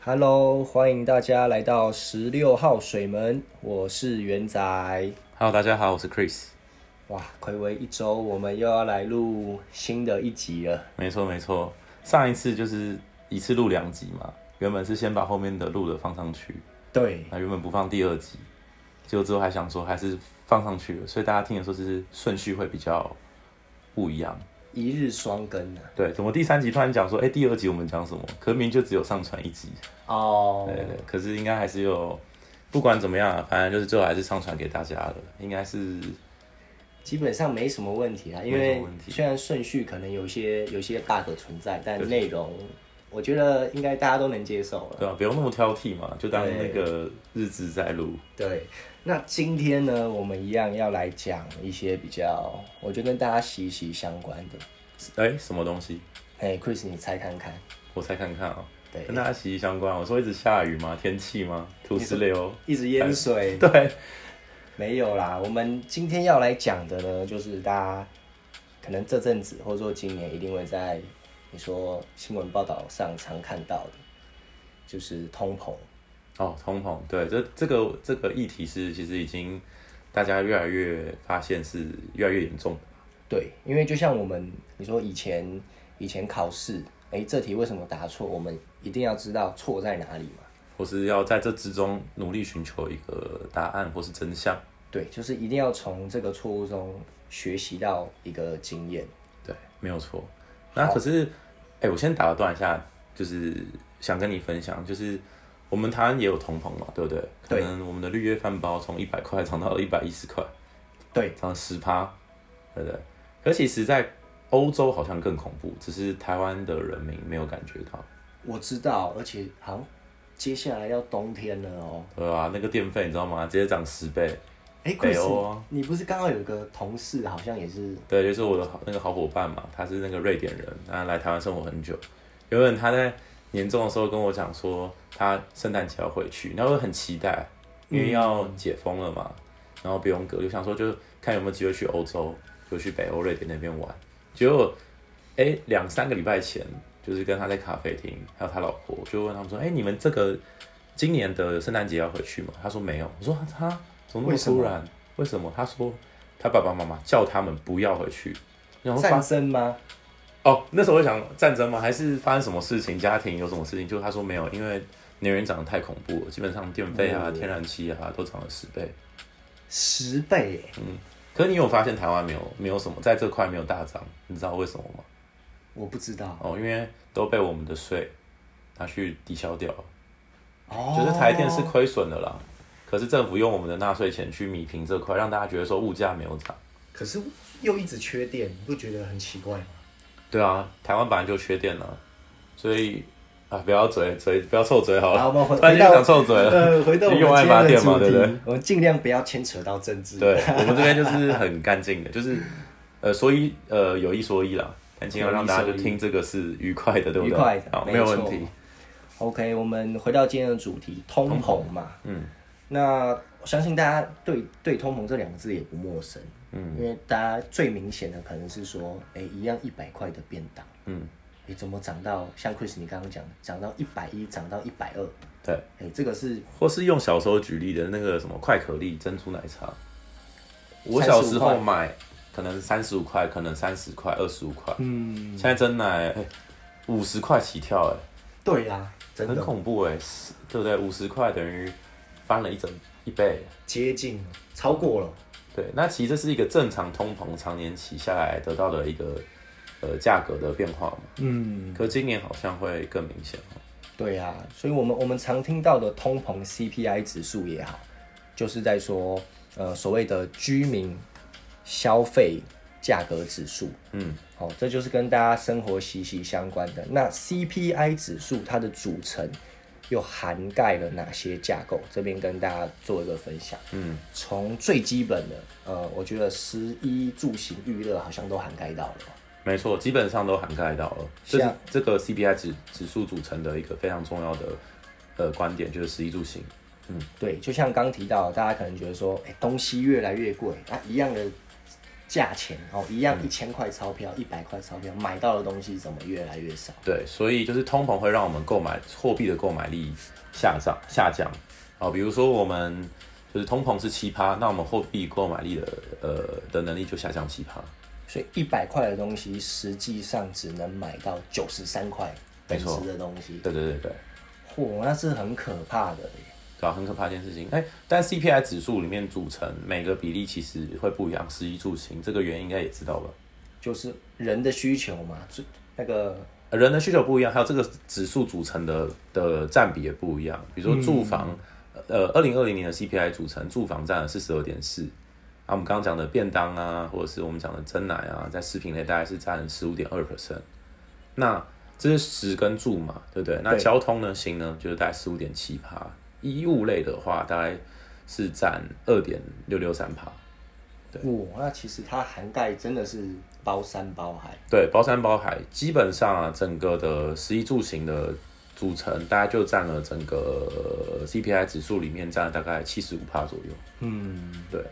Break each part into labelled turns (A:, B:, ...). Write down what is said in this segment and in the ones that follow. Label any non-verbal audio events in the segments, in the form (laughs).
A: Hello，欢迎大家来到十六号水门，我是元仔。
B: Hello，大家好，我是 Chris。
A: 哇，暌违一周，我们又要来录新的一集了。
B: 没错没错，上一次就是一次录两集嘛，原本是先把后面的录的放上去，
A: 对，
B: 那原本不放第二集，结果之后还想说还是放上去了，所以大家听的时候就是顺序会比较不一样。
A: 一日双更啊呢、
B: 对，怎么第三集突然讲说，哎、第二集我们讲什么？可明明就只有上传一集，
A: 哦
B: 对对对，可是应该还是有，不管怎么样啊，反正就是最后还是上传给大家了，应该是
A: 基本上没什么问题啦，啊因
B: 没什
A: 为
B: 么问题
A: 虽然顺序可能有些有些 bug 存在，但内容我觉得应该大家都能接受了。
B: 对吧、啊不用那么挑剔嘛，就当那个日志在录。
A: 对，那今天呢，我们一样要来讲一些比较，我觉得跟大家息息相关的。
B: 哎、什么东西？
A: 哎，Chris，你猜看看。
B: 我猜看看啊、
A: 对
B: 跟大家息息相关。我说一直下雨吗？天气吗？土石流？
A: 一直淹水。
B: 对，
A: 没有啦，我们今天要来讲的呢，就是大家可能这阵子或者说今年一定会在你说新闻报道上常看到的，就是通膨。
B: 哦，通膨，对，这这个这个议题是其实已经大家越来越发现是越来越严重。
A: 对，因为就像我们你说以前以前考试，哎，这题为什么答错？我们一定要知道错在哪里嘛。
B: 或是要在这之中努力寻求一个答案或是真相。
A: 对，就是一定要从这个错误中学习到一个经验。
B: 对，没有错。那可是，哎、我先打断一下，就是想跟你分享，就是我们台湾也有通膨嘛，对不对？
A: 对
B: 可能我们的绿叶饭包从一百块涨到了一百一十块。
A: 对，
B: 涨十趴，对不对？可其实，在欧洲好像更恐怖，只是台湾的人民没有感觉到，
A: 我知道，而且好像接下来要冬天了哦。
B: 对吧、那个电费你知道吗？直接涨十倍。
A: 哎
B: 北
A: ，Chris，
B: 欧啊
A: 你不是刚好有个同事，好像也是
B: 对，就是我的好那个好伙伴嘛，他是那个瑞典人，他来台湾生活很久。原本他在年终的时候跟我讲说，他圣诞节要回去，然后我很期待，因为要
A: 嗯
B: 解封了嘛，然后不用隔，就想说就看有没有机会去欧洲，就去北欧瑞典那边玩。结果，哎，两三个礼拜前，就是跟他在咖啡厅，还有他老婆，就问他们说，哎，你们这个今年的圣诞节要回去吗？他说没有。我说啊他怎么那
A: 为
B: 么
A: 什么
B: 突然？为什么？他说他爸爸妈妈叫他们不要回去。然后发
A: 战争吗？
B: 哦，那时候我想战争吗？还是发生什么事情？家庭有什么事情？就他说没有，因为能源涨得太恐怖了，基本上电费啊、
A: 嗯
B: 天然气啊都涨了十倍。
A: 十倍哎耶，
B: 可是你有发现台湾没有没有什么在这块没有大涨，你知道为什么吗？
A: 我不知道。
B: 哦，因为都被我们的税拿去抵消掉了，
A: 哦
B: 就是台电是亏损的啦。可是政府用我们的纳税钱去弥平这块，让大家觉得说物价没有涨。
A: 可是又一直缺电，你不觉得很奇
B: (laughs)
A: 怪吗？
B: 对啊，台湾本来就缺电了，所以啊，不要嘴嘴，不要臭嘴好了。
A: 好我们回
B: 突然间
A: 回到
B: 想臭嘴了。
A: 呃，回到我们
B: 用爱
A: 今天
B: 发
A: 的
B: 电嘛
A: 主题
B: 对不对？
A: 我们尽量不要牵扯到政治。 (laughs)
B: 对，我们这边就是很干净的，就是呃，所以呃有一说一啦，但今天要让大家就听这个是愉快的，对不对？
A: 愉快的
B: 好，
A: 没
B: 没有
A: 错
B: 问题。
A: ，OK，我们回到今天的主题，通膨嘛。
B: 嗯，
A: 那我相信大家对对通膨这两个字也不陌生。嗯，因为大家最明显的可能是说，哎、一样一百块的便当，
B: 嗯，
A: 你怎么涨到像 Chris 你刚刚讲的，涨到一百一，涨到一百二？
B: 对，
A: 哎、这个是
B: 或是用小时候举例的那个什么快可力珍珠奶茶，我
A: 35
B: 小时
A: 块
B: 候买可能三十五块，可能三十块、二十五块，嗯，现在真奶五十块起跳，哎，
A: 对呀、真
B: 很
A: 的
B: 恐怖哎，是对不对？五十块等于翻了一整一倍。
A: 接近了，超过了。
B: 对，那其实这是一个正常通膨常年期下来得到的一个呃价格的变化嘛。
A: 嗯，
B: 可今年好像会更明显哦。
A: 对呀、所以我们我们常听到的通膨 CPI 指数也好，就是在说呃所谓的居民消费价格指数。
B: 嗯，
A: 好、这就是跟大家生活息息相关的。那 CPI 指数它的组成又涵盖了哪些架构？这边跟大家做一个分享。
B: 嗯，
A: 从最基本的，呃，我觉得食衣住行娱乐好像都涵盖到了。
B: 没错，基本上都涵盖到了。这是
A: 像
B: 这个 CPI 指指数组成的一个非常重要的呃观点，就是食衣住行。
A: 对，就像刚提到，大家可能觉得说，哎，东西越来越贵，啊，一样的价钱哦，一样
B: 嗯
A: 一千块钞票、一百块钞票买到的东西怎么越来越少？
B: 对，所以就是通膨会让我们购买货币的购买力下降下降哦。比如说我们就是通膨是七趴，那我们货币购买力的呃的能力就下降七趴。
A: 所以一百块的东西实际上只能买到九十三块本
B: 没错
A: 值的东西，
B: 对对对对，
A: 嚯，那是很可怕的耶。
B: 对啊，很可怕的一件事情。哎、但 CPI 指数里面组成每个比例其实会不一样，食衣住行这个原因应该也知道吧？
A: 就是人的需求嘛，最那个
B: 呃人的需求不一样，还有这个指数组成的的占比也不一样。比如说住房，呃，二零二零年的 CPI 组成住房占了四十二点四，啊，我们刚刚讲的便当啊，或者是我们讲的蒸奶啊，在食品类大概是占十五点二 percent。那这是食跟住嘛，对不对？那
A: 对
B: 交通呢，行呢，就是大概十五点七趴。衣物类的话，大概是占二点六六三趴。
A: 哇，那其实它涵盖真的是包山包海，
B: 对，包山包海，基本上啊，整个的食衣住行的组成，大概就占了整个呃 CPI 指数里面占了大概七十五帕左右。嗯，对，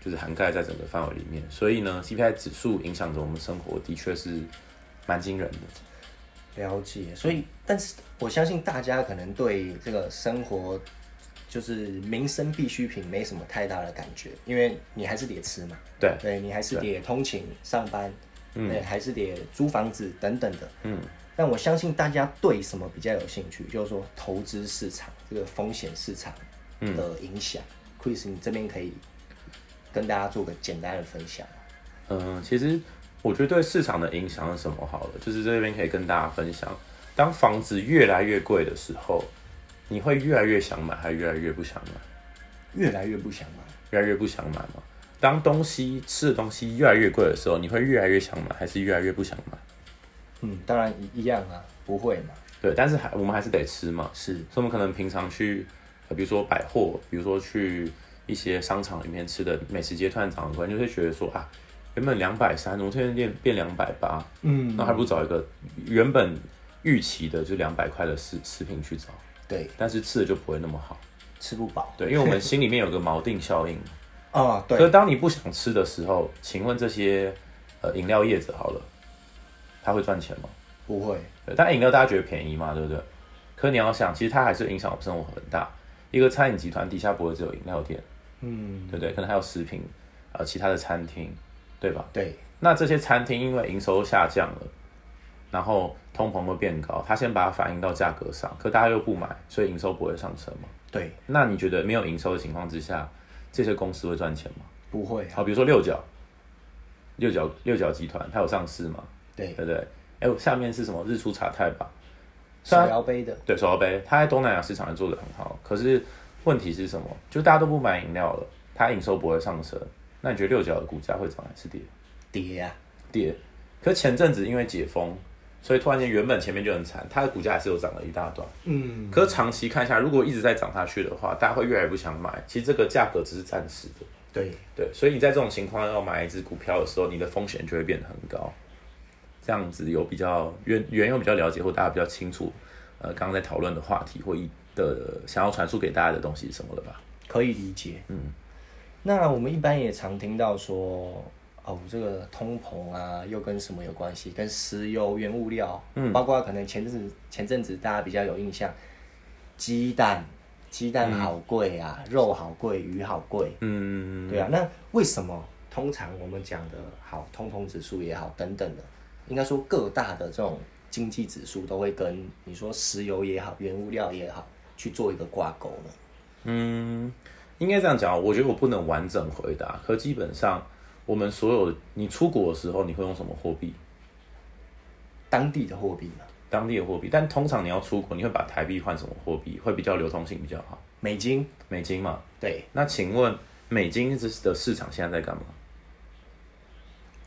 B: 就是涵盖在整个范围里面。所以呢，CPI 指数影响着我们生活，的确是蛮惊人的。
A: 了解。所以，但是我相信大家可能对这个生活就是民生必需品没什么太大的感觉，因为你还是得吃嘛，
B: 对，
A: 对嗯你还是得通勤上班，对，还是得租房子等等的。
B: 嗯，
A: 但我相信大家对什么比较有兴趣，就是说投资市场这个风险市场的影响。Chris，你这边可以跟大家做个简单的分享。
B: 嗯，其实我觉得对市场的影响是什么好了，就是这边可以跟大家分享，当房子越来越贵的时候，你会越来越想买，还是越来越不想买？
A: 越来越不想买，
B: 越来越不想买吗？当东西吃的东西越来越贵的时候，你会越来越想买，还是越来越不想买？
A: 嗯，当然一一样啊，不会嘛，
B: 对，但是还我们还是得吃嘛，
A: 是
B: 所以我们可能平常去，呃比如说百货，比如说去一些商场里面吃的美食街突然涨很贵，你就会觉得说啊，原本两百三，怎么现在变变两百八？
A: 嗯，
B: 那还不如找一个原本预期的就两百块的食食品去找，
A: 对，
B: 但是吃的就不会那么好。
A: 吃不饱
B: 对，因为我们心里面有个锚定效应，
A: 啊，
B: 可
A: 对，
B: 是当你不想吃的时候，请问这些呃饮料业者好了，他会赚钱吗？
A: 不会，
B: 对，但饮料大家觉得便宜嘛，对不对？可你要想，其实它还是影响我们生活很大。一个餐饮集团底下不会只有饮料店，
A: 嗯，
B: 对不对？可能还有食品，呃，其他的餐厅，对吧？
A: 对，
B: 那这些餐厅因为营收下降了，然后通膨会变高，它先把它反映到价格上，可大家又不买，所以营收不会上升嘛？
A: 对，
B: 那你觉得没有营收的情况之下，这些公司会赚钱吗？
A: 不会啊，
B: 好，比如说六角，六角六角集团它有上市嘛，
A: 对
B: 对，不对？哎、我下面是什么日出茶太吧？
A: 手
B: 虽然
A: 摇杯的，
B: 对手摇杯，它在东南亚市场也做得很好，可是问题是什么？就大家都不买饮料了，它营收不会上升，那你觉得六角的股价会涨还是跌？
A: 碟啊，
B: 跌。可前阵子因为解封，所以突然间原本前面就很惨，它的股价还是有涨了一大段。
A: 嗯，
B: 可是长期看下来，如果一直在涨下去的话，大家会越来越不想买。其实这个价格只是暂时的。
A: 对，
B: 对，所以你在这种情况要买一只股票的时候，你的风险就会变得很高。这样子有比较原原有比较了解，或大家比较清楚，呃，刚刚在讨论的话题或一的想要传输给大家的东西是什么了吧？
A: 可以理解，嗯。那我们一般也常听到说，哦，这个通膨啊，又跟什么有关系？跟石油、原物料，嗯，包括可能前阵子前阵子大家比较有印象，鸡蛋，鸡蛋好贵啊，肉好贵，鱼好贵，
B: 嗯，
A: 对啊，那为什么通常我们讲的好通膨指数也好等等的，应该说各大的这种经济指数都会跟你说石油也好、原物料也好去做一个挂钩呢？
B: 嗯应该这样讲，我觉得我不能完整回答。可基本上，我们所有你出国的时候，你会用什么货币？
A: 当地的货币嘛，
B: 当地的货币，但通常你要出国，你会把台币换什么货币？会比较流通性比较好，
A: 美金，
B: 美金嘛。
A: 对，
B: 那请问美金这的市场现在在干嘛？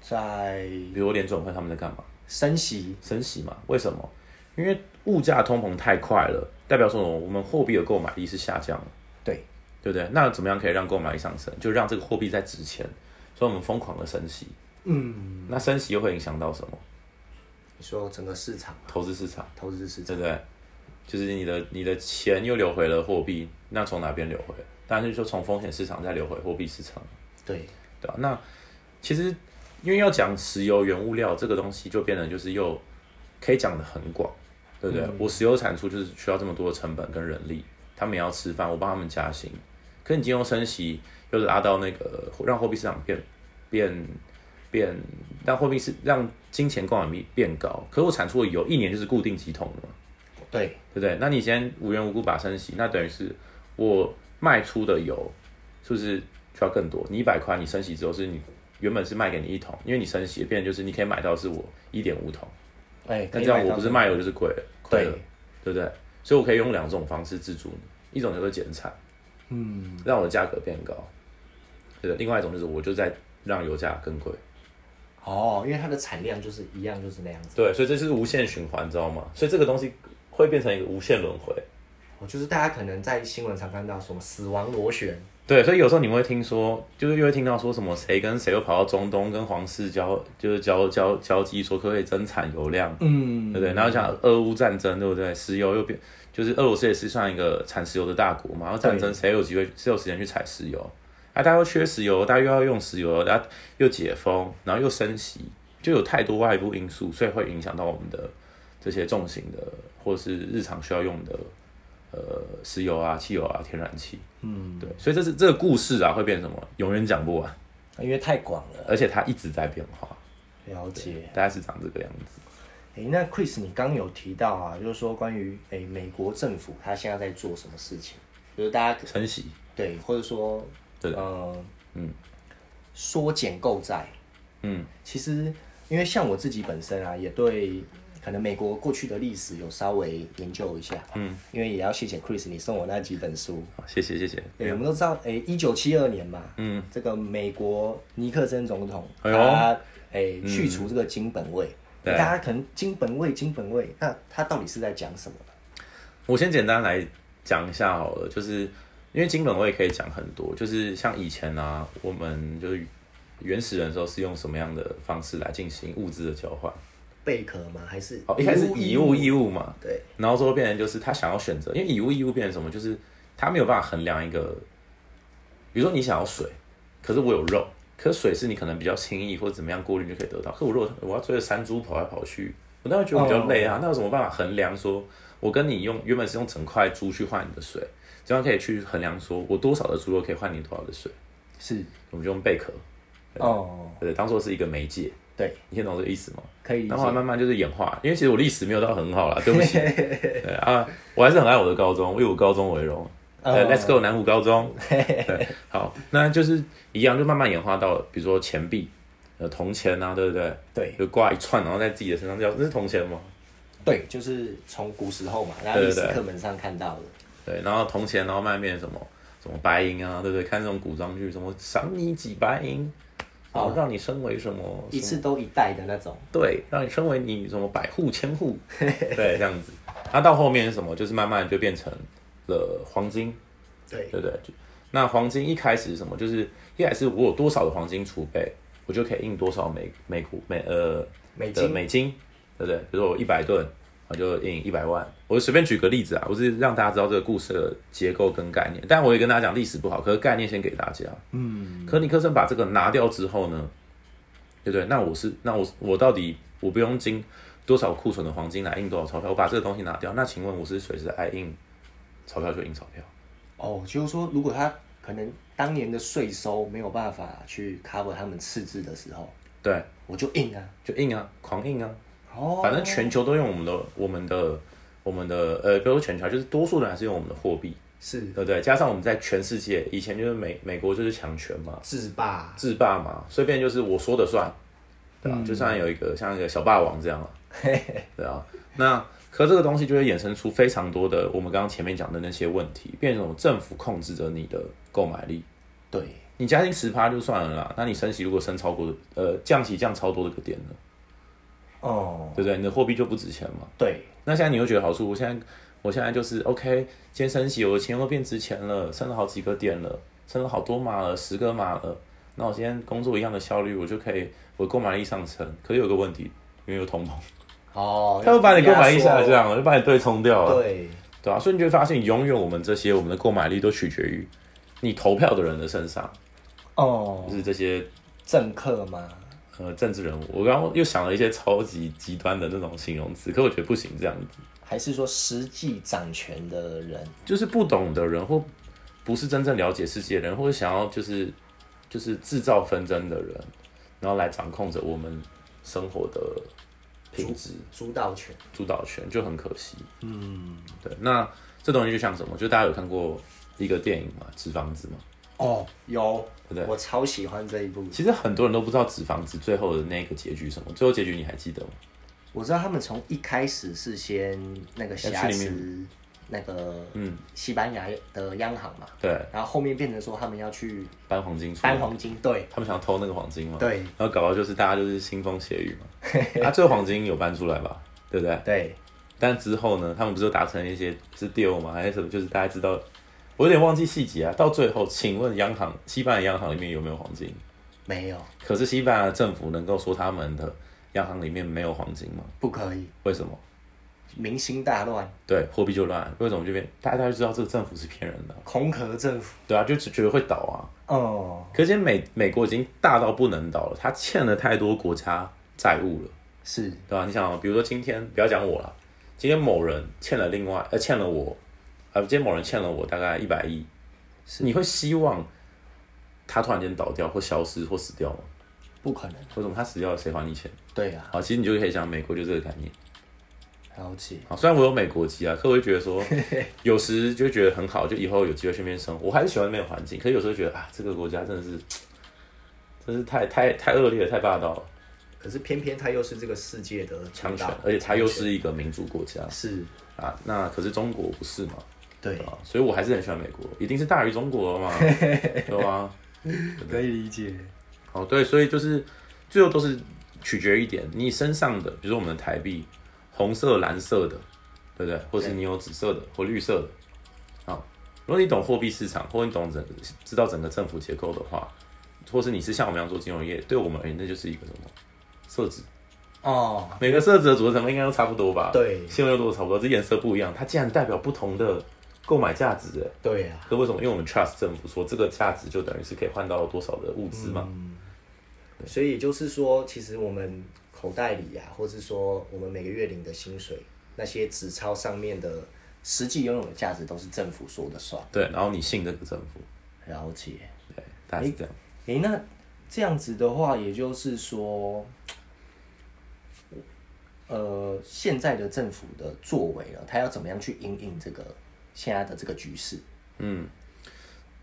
A: 在
B: 比如联准会他们在干嘛？
A: 升息，
B: 升息嘛？为什么？因为物价通膨太快了，代表说什么？我们货币的购买力是下降了，
A: 对，
B: 对不对？那怎么样可以让购买力上升？就让这个货币在值钱，所以我们疯狂的升息。
A: 嗯，
B: 那升息又会影响到什么？
A: 你说整个市场
B: 投资市场，
A: 投资市场，
B: 对不对？就是你的你的钱又流回了货币，那从哪边流回？当然就是说从风险市场再流回货币市场，
A: 对，
B: 啊对吧、那其实因为要讲石油原物料这个东西，就变得就是又可以讲的很广，对不对？我石油产出就是需要这么多的成本跟人力，他们也要吃饭，我帮他们加薪。可是你金融升息又拉到那个让货币市场变变变，让货币是让金钱购买力变高。可是我产出的油一年就是固定几桶的嘛，
A: 对，
B: 对不对？那你今天无缘无故把它升息，那等于是我卖出的油是不是需要更多？你一百块，你升息之后是你原本是卖给你一桶，因为你升息，变成就是你可以买到是我一点五桶，
A: 哎，
B: 那
A: 可以
B: 这样
A: 买
B: 我
A: 到
B: 不是卖油就是亏了，亏
A: 对
B: 了，对不对？所以我可以用两种方式自助你，一种就是减产，嗯，让我的价格变高，对的。另外一种就是我就在让油价更贵，
A: 哦，因为它的产量就是一样，就是那样子。
B: 对，所以这就是无限循环，你知道吗？所以这个东西会变成一个无限轮回。
A: 哦，就是大家可能在新闻常看到什么死亡螺旋，
B: 对，所以有时候你们会听说，就是又会听到说什么谁跟谁又跑到中东跟皇室交，就是交交交际，说可不可以增产油量，
A: 嗯，
B: 对不对？然后像俄乌战争，对不对？石油又变，就是俄罗斯也是算一个产石油的大国嘛，然后战争谁有机会，谁有时间去采石油？啊，大家又缺石油，大家又要用石油，大家又解封，然后又升息，就有太多外部因素，所以会影响到我们的这些重型的或者是日常需要用的呃石油啊、汽油啊、天然气。嗯，对，所以这是这个故事啊，会变成什么？永远讲不完，
A: 因为太广了。
B: 而且它一直在变化，
A: 了解。
B: 大概是长这个样子。
A: 哎，那 Chris，你刚有提到啊，就是说关于哎美国政府他现在在做什么事情，就是大家可
B: 升息，
A: 对，或者说
B: 对的
A: 呃，嗯，缩减购债。
B: 嗯，
A: 其实因为像我自己本身啊，也对可能美国过去的历史有稍微研究一下。嗯，因为也要谢谢 Chris 你送我那几本书。
B: 好，谢谢谢谢。
A: 对，我们都知道，诶，一九七二年嘛，嗯，这个美国尼克森总统，
B: 哎呦嗯
A: 他诶去除这个金本位，
B: 对
A: 大家可能金本位金本位，那他到底是在讲什么呢？
B: 我先简单来讲一下好了，就是因为金本位可以讲很多，就是像以前啊，我们就是原始人的时候是用什么样的方式来进行物资的交换？
A: 贝壳吗？还是
B: 哦，一开始以物易
A: 物？
B: 物嘛，
A: 对，
B: 然后最后变成就是他想要选择，因为以物易物变成什么，就是他没有办法衡量一个，比如说你想要水，可是我有肉，可是水是你可能比较轻易或者怎么样过滤就可以得到，可我如果我要追着山猪跑来跑去，我当然觉得我比较累啊，那有什么办法衡量说我跟你用原本是用整块猪去换你的水，这样可以去衡量说我多少的猪肉可以换你多少的水，
A: 是
B: 我们就用贝壳，
A: 哦，
B: 对，当做是一个媒介，
A: 对，
B: 你听懂这个意思吗？
A: 可以理
B: 然后后来
A: 解。
B: 慢慢就是演化，因为其实我历史没有到
A: (laughs)
B: 很好啦，对不起。对啊，我还是很爱我的高中，以我高中为荣。对、
A: 哦
B: l e t s go 南湖
A: (laughs)
B: 高中。对，好，那就是一样，就慢慢演化到比如说钱币，呃，铜钱啊，对不对？
A: 对
B: 就挂一串，然后在自己的身上叫，那是铜钱吗？
A: 对，就是从古时候嘛，那
B: 对
A: 历
B: 对
A: 史
B: 对
A: 课本上看到的。
B: 对，然后铜钱，然后慢慢变成什么什么白银啊，对不对？看这种古装剧，什么赏你几白银，
A: 哦
B: 哦，让你升为什么
A: 一次都一代的那种，
B: 对，让你成为你什么百户千户，对，这样子。那到后面是什么？就是慢慢就变成了黄金，
A: 对，
B: 对不对？就那黄金一开始是什么？就是一开始我有多少的黄金储备，我就可以印多少美美股美呃
A: 美
B: 的
A: 金
B: 美金，对不对？比如说我一百吨，我就印一百万。我随便举个例子啊，我是让大家知道这个故事的结构跟概念。但我也跟大家讲历史不好，可是概念先给大家。嗯。可尼克森把这个拿掉之后呢，对不对？那我是那我我到底我不用金多少库存的黄金来印多少钞票？我把这个东西拿掉，那请问我是谁是爱印钞票就印钞票？
A: 哦，就是说如果他可能当年的税收没有办法去 cover 他们赤字的时候，
B: 对，
A: 我就硬啊。
B: 就印啊，狂印啊。
A: 哦，
B: 反正全球都用我们的、我们的、我们的，呃，不要说全球，就是多数人还是用我们的货币，
A: 是
B: 对不对？加上我们在全世界，以前就是美美国就是强权嘛，
A: 制霸，
B: 制霸嘛，随便就是我说的算，对啊，就像有一个像一个小霸王这样啊，对啊。那可这个东西就会衍生出非常多的我们刚刚前面讲的那些问题，变成政府控制着你的购买力。
A: 对，
B: 你加薪十趴就算了啦，那你升息如果升超过，呃，降息降超多的个点了，
A: 哦，
B: 对不对？你的货币就不值钱嘛。
A: 对，
B: 那现在你又觉得好处，我现在我现在就是 OK，今天升息，我的钱又变值钱了，升了好几个点了，升了好多码了，十个码了。那我今天工作一样的效率，我就可以我购买力上升。可是有个问题，因为有通膨，
A: 哦，
B: 他会把你购买力
A: 压
B: 下
A: 缩，
B: 降，就把你对冲掉了，
A: 对，
B: 对啊，所以你就会发现，永远我们这些我们的购买力都取决于你投票的人的身上，
A: 哦
B: 就，是这些
A: 政客嘛，
B: 呃政治人物，我刚刚又想了一些超级极端的那种形容词，可我觉得不行这样子，
A: 还是说实际掌权的人？
B: 就是不懂的人或不是真正了解世界的人，或者想要就是就是制造纷争的人，然后来掌控着我们生活的品质。
A: 主导权？
B: 主导权，就很可惜。嗯，对。那这东西就像什么？就大家有看过一个电影嘛，《纸房子》嘛。
A: 哦，有
B: 对，
A: 我超喜欢这一部。
B: 其实很多人都不知道《纸房子》最后的那个结局是什么。最后结局你还记得吗？
A: 我知道他们从一开始是先那个
B: 要
A: 挟
B: 去里
A: 持那个
B: 嗯
A: 西班牙的央行嘛，
B: 对，
A: 然后后面变成说他们要去
B: 搬黄金出来
A: 搬黄金，对
B: 他们想要偷那个黄金嘛。
A: 对
B: 然后搞到就是大家就是腥风血雨
A: (laughs)
B: 嘛。啊，最后黄金有搬出来吧？对不对？
A: 对，
B: 但之后呢，他们不是达成了一些是 deal 吗？还是什么？就是大家知道，我有点忘记细节啊。到最后，请问央行，西班牙央行里面有没有黄金？
A: 没有，
B: 可是西班牙政府能够说他们的央行里面没有黄金吗？
A: 不可以，
B: 为什么？
A: 民心大乱，
B: 对，货币就乱，为什么这边大家就知道这个政府是骗人的？
A: 空壳政府。
B: 对啊，就只觉得会倒啊。
A: 哦，
B: 可是美美国已经大到不能倒了，它欠了太多国家债务了，
A: 是
B: 对吧、你想、哦，比如说今天不要讲我了，今天某人欠了另外呃欠了我，呃今天某人欠了我大概一百亿，你会希望他突然间倒掉或消失或死掉吗？
A: 不可能。
B: 为什么他死掉了谁还你钱？
A: 对啊，
B: 好，其实你就可以想，美国就这个概念。
A: 了解。
B: 啊，虽然我有美国籍啊，可我会觉得说，有时就觉得很好，就以后有机会去那边生活，我还是喜欢那边的环境。可是有时候觉得啊，这个国家真的是，真是太太太恶劣了，太霸道了，
A: 可是偏偏他又是这个世界的
B: 强
A: 强
B: 权
A: 大，，
B: 而且它又是一个民主国家
A: 是，
B: 啊。那可是中国不是嘛，
A: 对
B: 对，吧？啊所以我还是很喜欢美国，一定是大于中国的嘛，对吧？
A: 可以理解。
B: 哦，对，所以就是最后都是取决于一点，你身上的，比如说我们的台币，红色、蓝色的，对不对？或是你有紫色的或绿色的。好，如果你懂货币市场，或你懂整知道整个政府结构的话，或是你是像我们一样做金融业，对我们而言，那就是一个什么色纸，
A: 哦，
B: 每个色纸的组成成分应该都差不多吧？，
A: 对
B: 新闻都差不多，这颜色不一样，它竟然代表不同的购买价值，哎
A: 对啊，
B: 可为什么？因为我们 trust 政府说这个价值就等于是可以换到多少的物资嘛。
A: 所以也就是说，其实我们口袋里啊，或是说我们每个月领的薪水，那些纸钞上面的实际拥有的价值，都是政府说的算。
B: 对，然后你信这个政府，
A: 了解。
B: 对，大概是这样。
A: 诶，那这样子的话，也就是说，呃，现在的政府的作为呢，他要怎么样去应应这个现在的这个局势？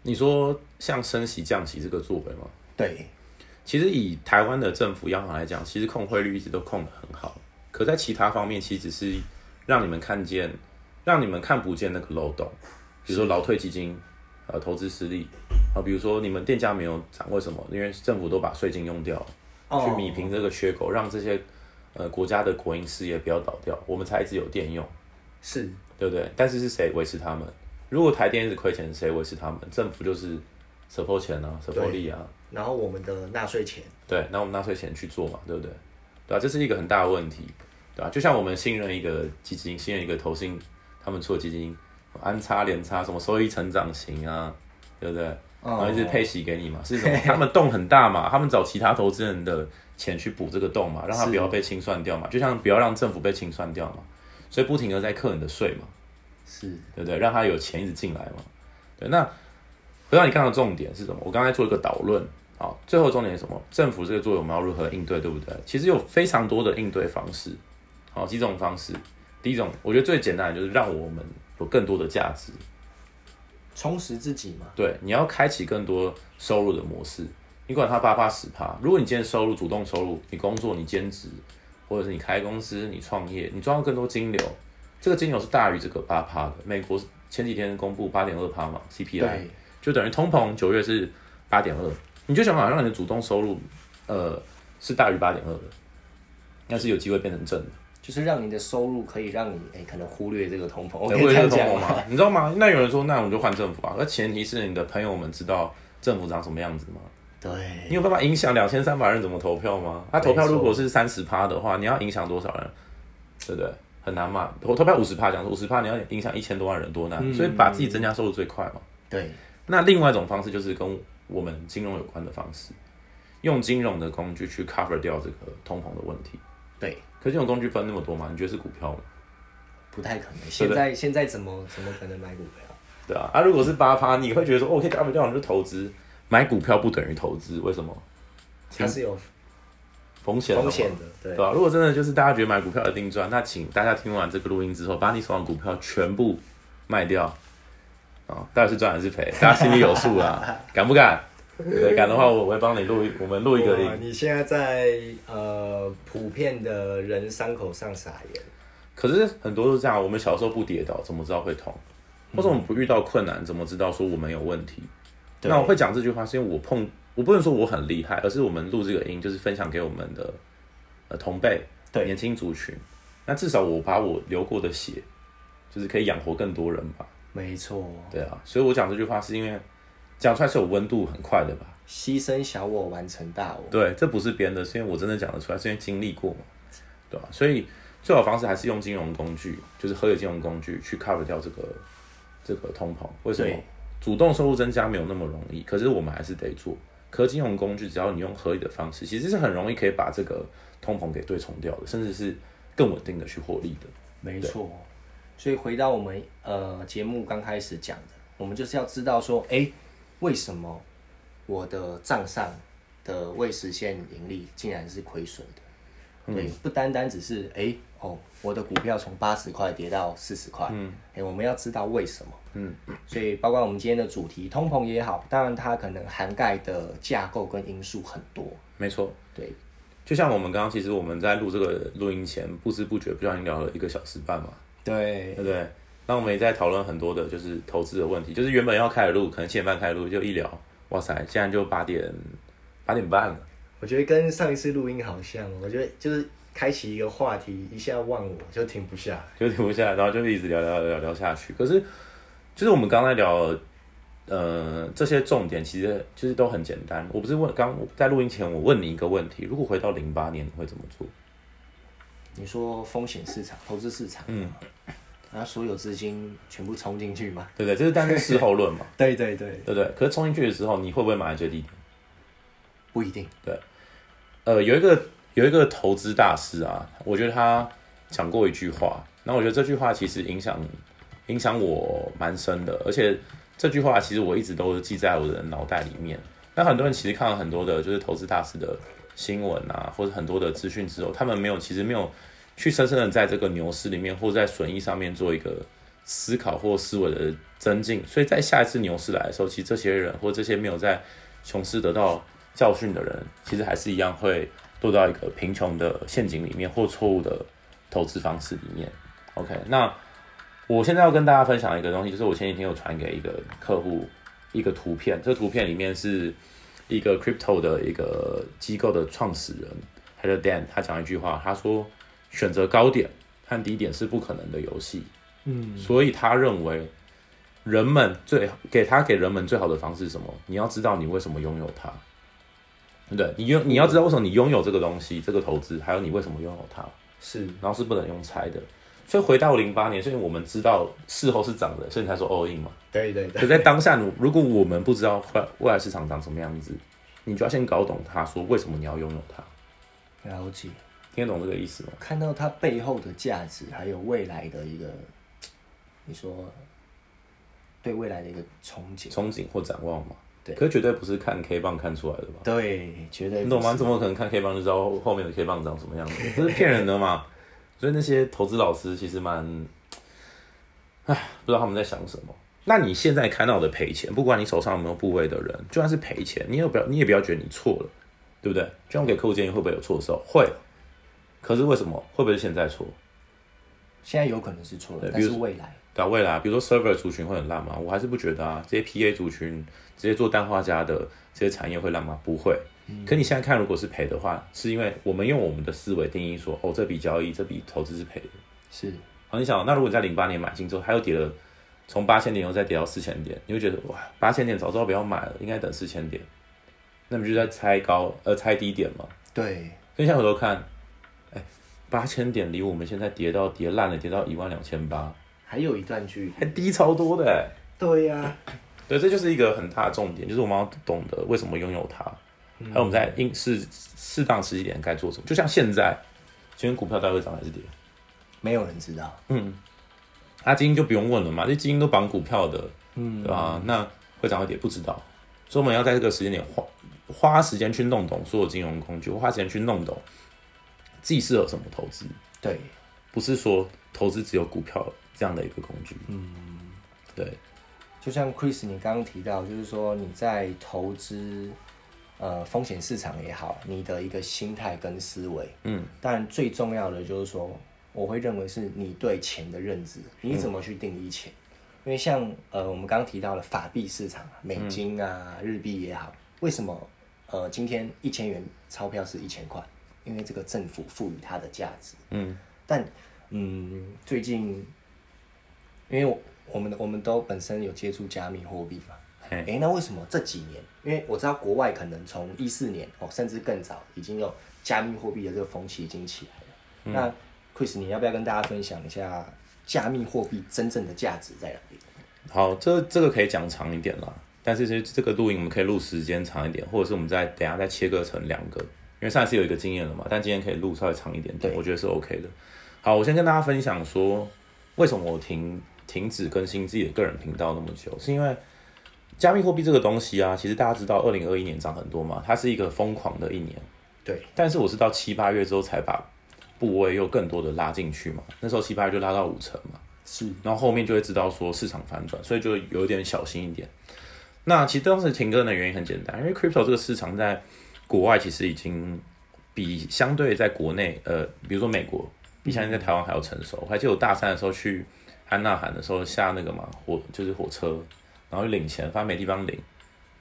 B: 你说像升息降息这个作为吗？
A: 对，
B: 其实以台湾的政府央行来讲，其实控汇率一直都控得很好，可在其他方面其实只是让你们看见，让你们看不见那个漏洞，比如说劳退基金，呃，投资失利，啊，比如说你们店家没有涨，为什么？因为政府都把税金用掉了，
A: 哦
B: 去弥平这个缺口，让这些呃国家的国营事业不要倒掉，我们才一直有电用。
A: 是
B: 对不对？但是是谁维持他们？如果台电一直亏钱，谁维持他们？政府就是 support 钱啊，support 力啊，
A: 然后我们的纳税钱，
B: 对，那我们纳税钱去做嘛，对不对？对啊，这是一个很大的问题，对啊，就像我们信任一个基金，信任一个投信，他们出的基金，安插、连插，什么收益成长型啊，对不对？
A: 嗯
B: 然后一直配息给你嘛，是什么？他们洞很大嘛，他们找其他投资人的钱去补这个洞嘛，让他不要被清算掉嘛，就像不要让政府被清算掉嘛，所以不停的在扣你的税嘛。
A: 是
B: 对不对？让他有钱一直进来嘛。对，那回到你刚刚的重点是什么？我刚才做一个导论，好，最后重点是什么？政府这个作用我们要如何应对，对不对？其实有非常多的应对方式，好，几种方式。第一种，我觉得最简单的就是让我们有更多的价值，
A: 充实自己嘛？
B: 对，你要开启更多收入的模式。你管它八八十趴，如果你今天收入主动收入，你工作、你兼职，或者是你开公司、你创业，你赚到更多金流，这个金流是大于这个八趴的。美国前几天公布八点二趴嘛，CPI
A: 对，
B: 就等于通膨九月是八点二，你就想办法让你的主动收入，呃，是大于八点二的，但是有机会变成正的。
A: 就是让你的收入可以让你哎可能忽略这个通膨，我可
B: 对
A: 以
B: 或
A: 这
B: 者
A: 样
B: 是
A: 讲
B: 通膨
A: 吗？
B: 嘛，啊你知道吗？那有人说，那我们就换政府啊，那前提是你的朋友们知道政府长什么样子嘛。
A: 对，
B: 你有办法影响两千三百人怎么投票吗？他、投票如果是三十趴的话，你要影响多少人？对不对？很难嘛。投投票五十趴，讲五十趴，你要影响一千多万人，多难。
A: 嗯
B: 所以把自己增加收入最快嘛。
A: 对，
B: 那另外一种方式就是跟我们金融有关的方式，用金融的工具去 cover 掉这个通膨的问题。
A: 对，
B: 可是这种工具分那么多吗？你觉得是股票吗？
A: 不太可能。现在现在怎么怎么可能买股票？
B: 对啊，啊，如果是八趴，你会觉得说，哦，可以 cover 掉，你就投资。买股票不等于投资，为什么？
A: 它是有
B: 风险
A: 风
B: 嘛
A: 险的，对
B: 对。啊吧、如果真的就是大家觉得买股票一定赚，那请大家听完这个录音之后，把你手上的股票全部卖掉，啊、到底是赚还是赔，大家心里有数
A: (laughs)
B: 啦，敢不敢？对，敢的话我我会帮你录一，我们录一个
A: 哇
B: 音。
A: 你现在在呃普遍的人伤口上撒盐，
B: 可是很多都是这样，我们小时候不跌倒，怎么知道会痛？
A: 嗯
B: 或者我们不遇到困难，怎么知道说我们有问题？
A: 对
B: 那我会讲这句话，是因为我碰，我不能说我很厉害，而是我们录这个音，就是分享给我们的呃同辈，
A: 对
B: 年轻族群。那至少我把我流过的血，就是可以养活更多人吧。
A: 没错，
B: 对啊，所以我讲这句话是因为讲出来是有温度，很快的吧？
A: 牺牲小我完成大我，
B: 对，这不是编的，是因为我真的讲得出来，是因为经历过嘛，对吧、所以最好的方式还是用金融工具，就是合理金融工具去 cover 掉这个这个通膨。为什么
A: 对？
B: 主动收入增加没有那么容易，可是我们还是得做。可金融工具，只要你用合理的方式，其实是很容易可以把这个通膨给对冲掉的，甚至是更稳定的去获利的。
A: 没错。所以回到我们呃节目刚开始讲的，我们就是要知道说，哎、为什么我的账上的未实现盈利竟然是亏损的？对，不单单只是哎、诶哦，我的股票从八十块跌到四十块，嗯，哎、我们要知道为什么，嗯，所以包括我们今天的主题，通膨也好，当然它可能涵盖的架构跟因素很多，
B: 没错，
A: 对，
B: 就像我们刚刚，其实我们在录这个录音前，不知不觉不小心聊了一个小时半嘛。
A: 对，
B: 对不对？那我们也在讨论很多的，就是投资的问题。就是原本要开始录，可能七点半开始录，就一聊，哇塞，现在就八点八点半了。
A: 我觉得跟上一次录音好像，我觉得就是开启一个话题，一下忘我就停不下来，
B: 就停不下来，然后就一直聊聊聊聊下去。可是，就是我们刚才聊，呃，这些重点其实其实都很简单。我不是问刚在录音前，我问你一个问题：如果回到零八年，你会怎么做？
A: 你说风险市场、投资市场，嗯，然后所有资金全部冲进去嘛？
B: 对不对？这是单是事后论嘛，
A: 对对对，
B: 对不对？可是冲进去的时候，你会不会买在最低点？
A: 不一定，
B: 呃，有一个有一个投资大师啊，我觉得他讲过一句话，那我觉得这句话其实影响影响我蛮深的，而且这句话其实我一直都记在我的脑袋里面。那很多人其实看了很多的就是投资大师的新闻啊，或者很多的资讯之后，他们没有其实没有去深深的在这个牛市里面或者在损益上面做一个思考或思维的增进，所以在下一次牛市来的时候，其实这些人或这些没有在熊市得到教训的人，其实还是一样会落到一个贫穷的陷阱里面或错误的投资方式里面。OK，那我现在要跟大家分享一个东西，就是我前几天有传给一个客户一个图片，这个图片里面是一个 crypto 的一个机构的创始人，他叫 Dan，他讲一句话，他说选择高点和低点是不可能的游戏。嗯，所以他认为人们最给他给人们最好的方式是什么？你要知道你为什么拥有它，对不对？你拥你要知道为什么你拥有这个东西，这个投资，还有你为什么拥有它，
A: 是
B: 然后是不能用猜的。所以回到零八年，所以我们知道事后是涨的，所以才说 all in 嘛。
A: 对对
B: 可在当下，如如果我们不知道未未来市场长什么样子，你就要先搞懂它，说为什么你要拥有它，
A: 对，了解。
B: 听得懂这个意思吗？
A: 看到它背后的价值，还有未来的一个，你说对未来的一个憧憬，
B: 憧憬或展望嘛。
A: 对
B: 可是绝对不是看 K 棒看出来的吧？
A: 对，绝对
B: 你懂
A: 不
B: 吗？
A: 是
B: 你怎么可能看 K 棒就知道后面的 K 棒长什么样子？这是骗人的嘛！所以那些投资老师其实蛮，唉，不知道他们在想什么。那你现在看到的赔钱，不管你手上有没有部位的人，就算是赔钱，你也不要，你也不要觉得你错了，对不对？就像我给客户建议，会不会有错的时候？会。可是为什么？会不会是现在错？
A: 现在有可能是错了
B: 对，
A: 但
B: 比
A: 是
B: 如
A: 未来
B: 对啊，未来比如说 server 族群会很烂吗？我还是不觉得啊，这些 PA 族群，直接做氮化镓的这些产业会烂吗？不会。可你现在看，如果是赔的话，是因为我们用我们的思维定义说，哦，这笔交易、这笔投资是赔的。
A: 是
B: 好，你想，那如果你在零八年买进之后，它又跌了，从八千点又再跌到四千点，你会觉得哇，八千点早知道不要买了，应该等四千点。那么就在猜高呃猜低点嘛。
A: 对，
B: 所以现在回头看，哎，八千点离我们现在跌到跌烂了，跌到一万两千八，
A: 还有一段距离。
B: 还低超多的、哎
A: 对呀、
B: 对，这就是一个很大的重点，就是我们要懂得为什么拥有它，还有我们在应适适当时机点该做什么。就像现在，今天股票到底会涨还是跌？
A: 没有人知道。
B: 那基金就不用问了嘛，这基金都绑股票的，嗯，对吧？那会涨会跌不知道，所以我们要在这个时间点花花时间去弄懂所有金融工具，花时间去弄懂自己适合什么投资，
A: 对，
B: 不是说投资只有股票这样的一个工具，嗯，对，
A: 就像 Chris 你刚刚提到，就是说你在投资呃风险市场也好，你的一个心态跟思维，嗯，但最重要的就是说，我会认为是你对钱的认知，你怎么去定义钱？因为像呃我们刚刚提到了法币市场啊，美金啊、日币也好，为什么呃今天一千元钞票是一千块？因为这个政府赋予它的价值，嗯，但嗯最近因为我我们我们都本身有接触加密货币嘛，
B: 嘿
A: 诶，那为什么这几年？因为我知道国外可能从一四年哦，甚至更早已经有加密货币的这个风气已经起
B: 嗯
A: 来了。那 Chris，你要不要跟大家分享一下加密货币真正的价值在哪里？
B: 好，这这个可以讲长一点啦，但是其实这个录影我们可以录时间长一点，或者是我们再等一下再切割成两个，因为上一次有一个经验了嘛，但今天可以录稍微长一点点，
A: 对
B: 我觉得是 OK 的。好，我先跟大家分享说，为什么我停停止更新自己的个人频道那么久，是因为加密货币这个东西啊，其实大家知道，二零二一年涨很多嘛，它是一个疯狂的一年，
A: 对，
B: 但是我是到七八月之后才把部位又更多的拉进去嘛，那时候七八月就拉到五成嘛。
A: 是
B: 然后后面就会知道说市场反转，所以就有点小心一点。那其实当时停更的原因很简单，因为 crypto 这个市场在国外其实已经比相对在国内，呃，比如说美国，比相对在台湾还要成熟。我还记得我大三的时候去安娜罕的时候下那个嘛火就是火车，然后就领钱，发现没地方领，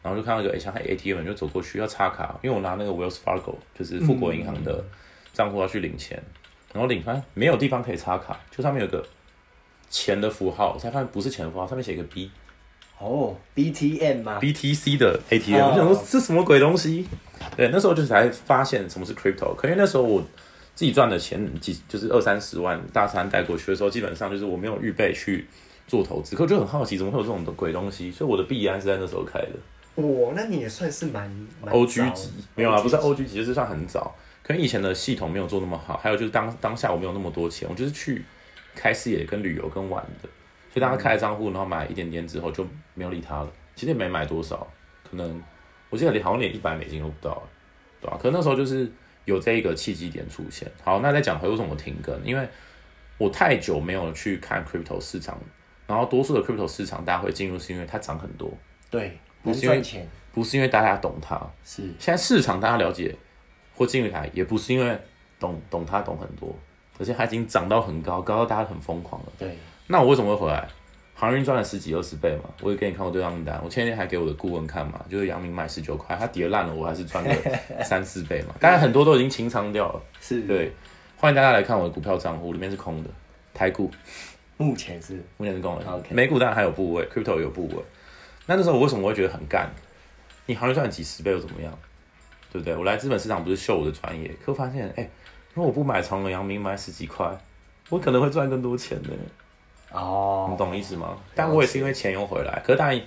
B: 然后就看到一个诶哎像 ATM 就走过去要插卡，因为我拿那个 Wells Fargo 就是富国银行的账户要去领钱，然后领发现没有地方可以插卡，就上面有个钱的符号，我才发现不是钱的符号，上面写一个 B
A: 哦，BTM 吗？
B: BTC 的 ATM，、
A: 哦
B: 我想说这什么鬼东西？对，那时候就是才发现什么是 crypto，可因为那时候我自己赚的钱几就是二三十万，大三带过去的时候，基本上就是我没有预备去做投资，可我就很好奇怎么会有这种鬼东西，所以我的币安是在那时候开的。
A: 哦，那你也算是蛮蛮早
B: O G
A: 的
B: 级没有啊，不是
A: OG
B: O G 级，就是算很早。可能以前的系统没有做那么好，还有就是当当下我没有那么多钱，我就是去开视野跟旅游跟玩的，所以当时开了账户，然后买一点点之后就没有理他了。其实也没买多少，可能我记得好像连一百美金都不到，对吧、可能那时候就是有这一个契机点出现。好，那再讲回为什么我停更，因为我太久没有去看 crypto 市场，然后多数的 crypto 市场大家会进入是因为它涨很多，
A: 对，
B: 不
A: 能
B: 是因为
A: 赚钱
B: 不是因为大家懂它，
A: 是
B: 现在市场大家了解或进入它，也不是因为懂懂它懂很多，而且它已经涨到很高，高到大家很疯狂了。
A: 对，
B: 那我为什么会回来？航运赚了十几二十倍嘛，我也给你看过对账单，我前几天还给我的顾问看嘛，就是阳明买十九块，它跌烂了，我还是赚了三四倍嘛。当然很多都已经清仓掉了，
A: 是
B: 对。欢迎大家来看我的股票账户，里面是空的，台股
A: 目前是
B: 目前是空的
A: OK
B: 美股当然还有部位，crypto 也有部位。那那时候我为什么会觉得很干？你行业赚几十倍又怎么样？对不对？我来资本市场不是秀我的专业，可我发现，哎、如果我不买长隆、阳明，买十几块，我可能会赚更多钱呢。你
A: 哦，
B: 懂意思吗？但我也是因为钱又回来，可是当然，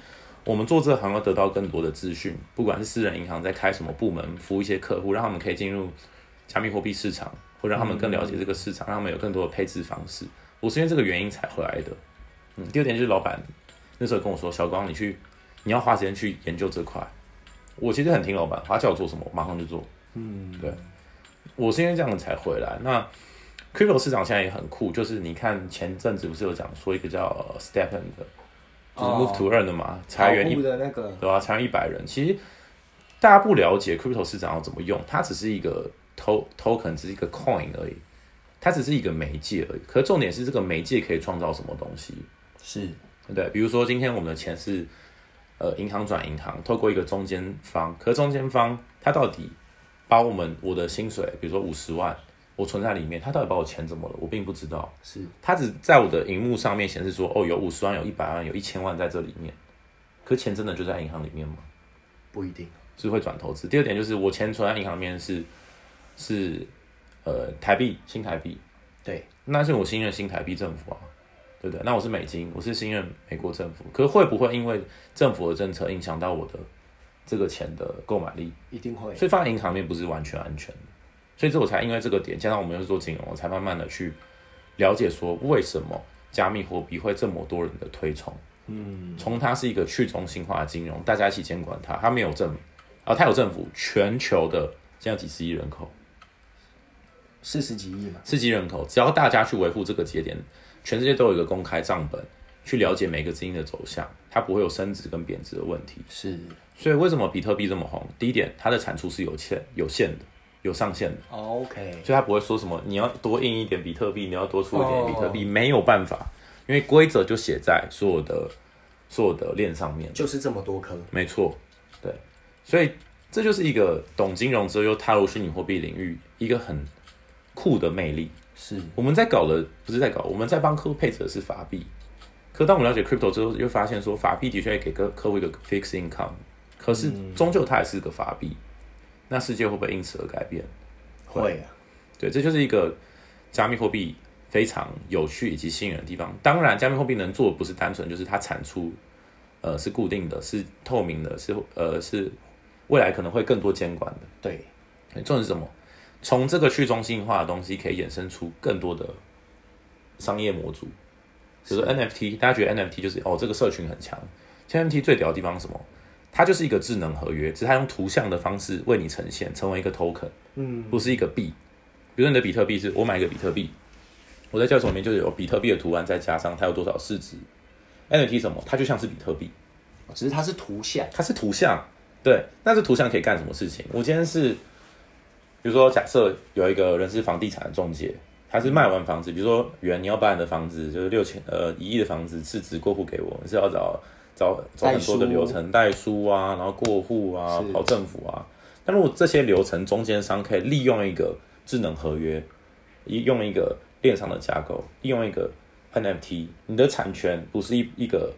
B: 我们做这行要得到更多的资讯，不管是私人银行在开什么部门，服务一些客户，让他们可以进入加密货币市场，或让他们更了解这个市场，让他们有更多的配置方式。我是因为这个原因才回来的。嗯，第二点就是老板那时候跟我说，小光，你去，你要花时间去研究这块。我其实很听老板，他叫我做什么，我马上就做。嗯，对，我是因为这样才回来。那 crypto 市场现在也很酷，就是你看前阵子不是有讲说一个叫 Stepen 的，就是
A: 哦
B: Move to Earn 的嘛，裁员一
A: 跑步的那个
B: 对吧、裁员一百人，其实大家不了解 crypto 市场要怎么用，它只是一个 to token，只是一个 coin 而已，它只是一个媒介而已。可是重点是这个媒介可以创造什么东西，
A: 是
B: 对不对？比如说今天我们的钱是呃银行转银行，透过一个中间方，可是中间方他到底把我们我的薪水，比如说五十万，我存在里面，他到底把我钱怎么了？我并不知道。
A: 是
B: 它只在我的荧幕上面显示说，哦，有五十万，有一百万，有一千万在这里面。可钱真的就在银行里面吗？
A: 不一定
B: 是会转投资。第二点就是我钱存在银行里面是是呃台币新台币，
A: 对
B: 那是我信任新台币政府啊，对不对？那我是美金，我是信任美国政府。可是会不会因为政府的政策影响到我的这个钱的购买力，
A: 一定会。
B: 所以放在银行里面不是完全安全的。所以这我才因为这个点，加上我们又是做金融，我才慢慢的去了解说为什么加密货币会这么多人的推崇。嗯，从它是一个去中心化的金融，大家一起监管它，它没有政府，啊，它有政府，全球的现在几十亿人口，
A: 四十几亿嘛，
B: 四级人口，只要大家去维护这个节点，全世界都有一个公开账本，去了解每个资金的走向，它不会有升值跟贬值的问题。
A: 是
B: 所以为什么比特币这么红？第一点，它的产出是有限、有限的、有上限的，
A: 哦 OK，
B: 所以它不会说什么你要多印一点比特币，你要多出一点比特币，没有办法，因为规则就写在所有的所有的链上面。
A: 就是这么多颗。
B: 没错，对，所以这就是一个懂金融之后又踏入虚拟货币领域一个很酷的魅力。
A: 是
B: 我们在搞的不是在搞，我们在帮客户配置的是法币。可当我们了解 crypto 之后，又发现说法币的确也给客客户一个 fixed income，可是终究它还是个法币。那世界会不会因此而改变？
A: 会啊，
B: 对，这就是一个加密货币非常有趣以及吸引人的地方。当然，加密货币能做的不是单纯就是它产出，呃，是固定的，是透明的，是呃是未来可能会更多监管的。
A: 对，
B: 对重点是什么？从这个去中心化的东西，可以衍生出更多的商业模组，比如说 NFT，大家觉得 NFT 就是哦，这个社群很强。其实 NFT 最屌的地方是什么？它就是一个智能合约，只是它用图像的方式为你呈现，成为一个 token，嗯，不是一个币。比如说你的比特币是我买一个比特币，我在教程里面就有比特币的图案，再加上它有多少市值。NFT 是什么？它就像是比特币，
A: 只是它是图像，
B: 它是图像，对，那这图像可以干什么事情？我今天是，比如说假设有一个人是房地产的中介，他是卖完房子，比如说原你要把你的房子就是六千呃一亿的房子市值过户给我，你是要找找走很多的
A: 代书
B: 流程，代书啊，然后过户啊
A: 是，
B: 跑政府啊。但如果这些流程中间商可以利用一个智能合约，一用一个链上的架构，利用一个 NFT，你的产权不是一一个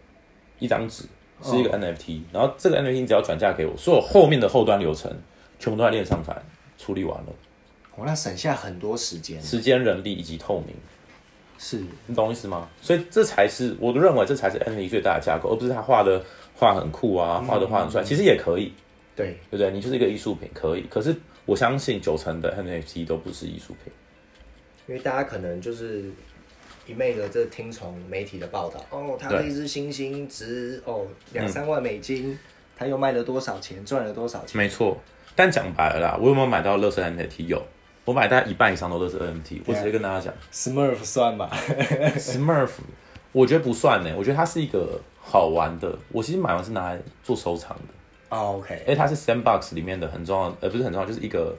B: 一张纸，是一个 NFT，、然后这个 NFT 你只要转嫁给我，所有后面的后端流程全部都在链上反处理完了，
A: 我、哦那省下很多时间。
B: 时间、人力以及透明，
A: 是
B: 你懂我意思吗？所以这才是我认为这才是 NFT 最大的架构，而不是他画的画很酷啊，画的画很帅，其实也可以，
A: 对，
B: 对不对？你就是一个艺术品，可以。可是我相信九成的 NFT 都不是艺术品，
A: 因为大家可能就是一昧的这听从媒体的报道，哦，他
B: 对
A: 一只猩猩值哦两三万美金，他又卖了多少钱，赚了多少钱？
B: 没错。但讲白了啦，我有没有买到乐色 NFT？有，我买大概一半以上都乐色 NFT。我直接跟大家讲。
A: Smurf 算吗？
B: Smurf，我觉得不算欸呢，我觉得它是一个好玩的。我其实买完是拿来做收藏的，
A: 哦，OK，
B: 哎，它是 Sandbox 里面的很重要，呃，不是很重要，就是一个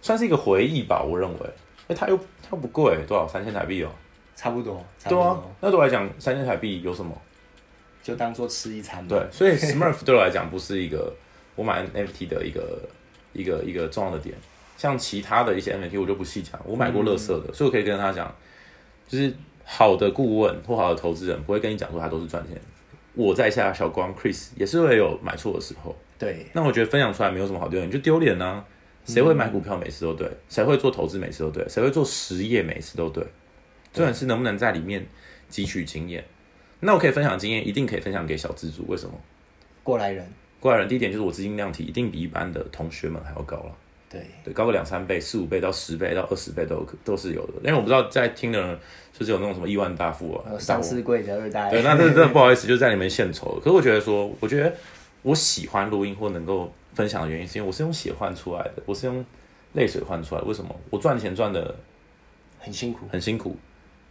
B: 算是一个回忆吧，我认为。哎，它又它又不贵，多少三千台币哦？
A: 差不多，差不
B: 对啊
A: 多，，
B: 那对我来讲，三千台币有什么？
A: 就当做吃一餐吧。
B: 对，嗯所以 Smurf 对我来讲不是一个我买 NFT 的一个一个一个重要的点。像其他的一些 NFT 我就不细讲，我买过乐色的，所以我可以跟他讲，就是好的顾问或好的投资人不会跟你讲说他都是赚钱。我在下小光 Chris 也是会有买错的时候，
A: 对，
B: 那我觉得分享出来没有什么好丢脸，就丢脸呢。谁会买股票每次都对，谁会做投资每次都对，谁会做实业每次都对，重点是能不能在里面汲取经验。那我可以分享经验，一定可以分享给小资主，为什么？
A: 过来人，
B: 过来人，第一点就是我资金量体一定比一般的同学们还要高了，
A: 对，
B: 对，高个两三倍、四五倍到十倍到二十倍都有可都是有的。因为我不知道在听的人就是有那种什么亿万大富啊
A: 呃，
B: 大
A: 上
B: 富
A: 市贵的二代，
B: 对，那这这不好意思，就是在你们献丑了。可是我觉得说，我觉得我喜欢录音或能够分享的原因，是因为我是用血换出来的，我是用泪水换出来的。为什么？我赚钱赚的
A: 很辛苦，
B: 很辛苦，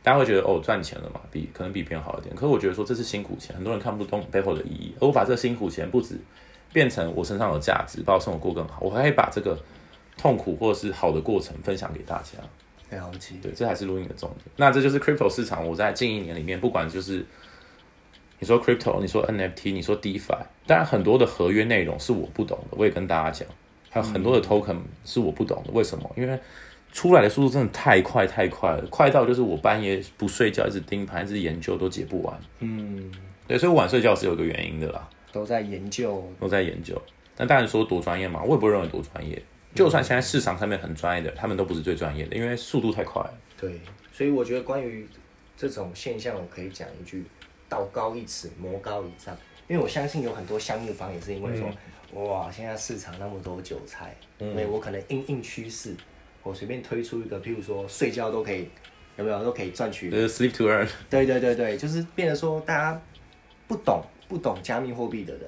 B: 大家会觉得哦赚钱了嘛，比可能比别人好一点。可是我觉得说这是辛苦钱，很多人看不懂背后的意义。而我把这辛苦钱不止变成我身上有价值，把我生活过更好，我还可以把这个痛苦或者是好的过程分享给大家。
A: 了解。
B: 对，这还是录音的重点。那这就是 crypto 市场，我在近一年里面，不管就是你说 crypto，你说 NFT，你说 DeFi，当然很多的合约内容是我不懂的，我也跟大家讲，还有很多的 token 是我不懂的。为什么？因为出来的速度真的太快太快了，快到就是我半夜不睡觉，一直盯盘，一直研究都解不完。嗯，对，所以我晚睡觉是有一个原因的啦。
A: 都在研究，
B: 我在研究。那当然说多专业嘛，我也不认为多专业。就算现在市场上面很专业的，他们都不是最专业的，因为速度太快了。
A: 对，所以我觉得关于这种现象，我可以讲一句：道高一尺，魔高一丈。因为我相信有很多香料房也是因为说，
B: 嗯
A: 哇，现在市场那么多韭菜，所以我可能因应趋势，我随便推出一个，譬如说睡觉都可以，有没有都可以赚取
B: 就是呃 sleep to earn，
A: 对对对对，就是变得说大家不懂不懂加密货币的人，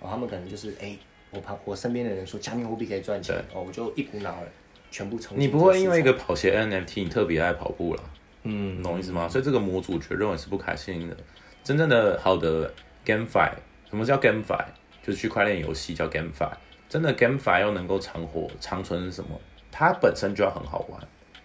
A: 哦，他们可能就是哎、我旁我身边的人说加密货币可以赚钱，哦，我就一股脑儿全部冲进
B: 你
A: 这个
B: 不会
A: 市
B: 因
A: 场
B: 为一个跑鞋 NFT 你特别爱跑步啦，
A: 嗯
B: 你懂我意思吗？所以这个模组绝对我是不开心的。真正的好的 GameFi，什么叫 GameFi？就是区块链游戏叫 GameFi。真的 GameFi 要能够长活长存是什么？它本身就要很好玩。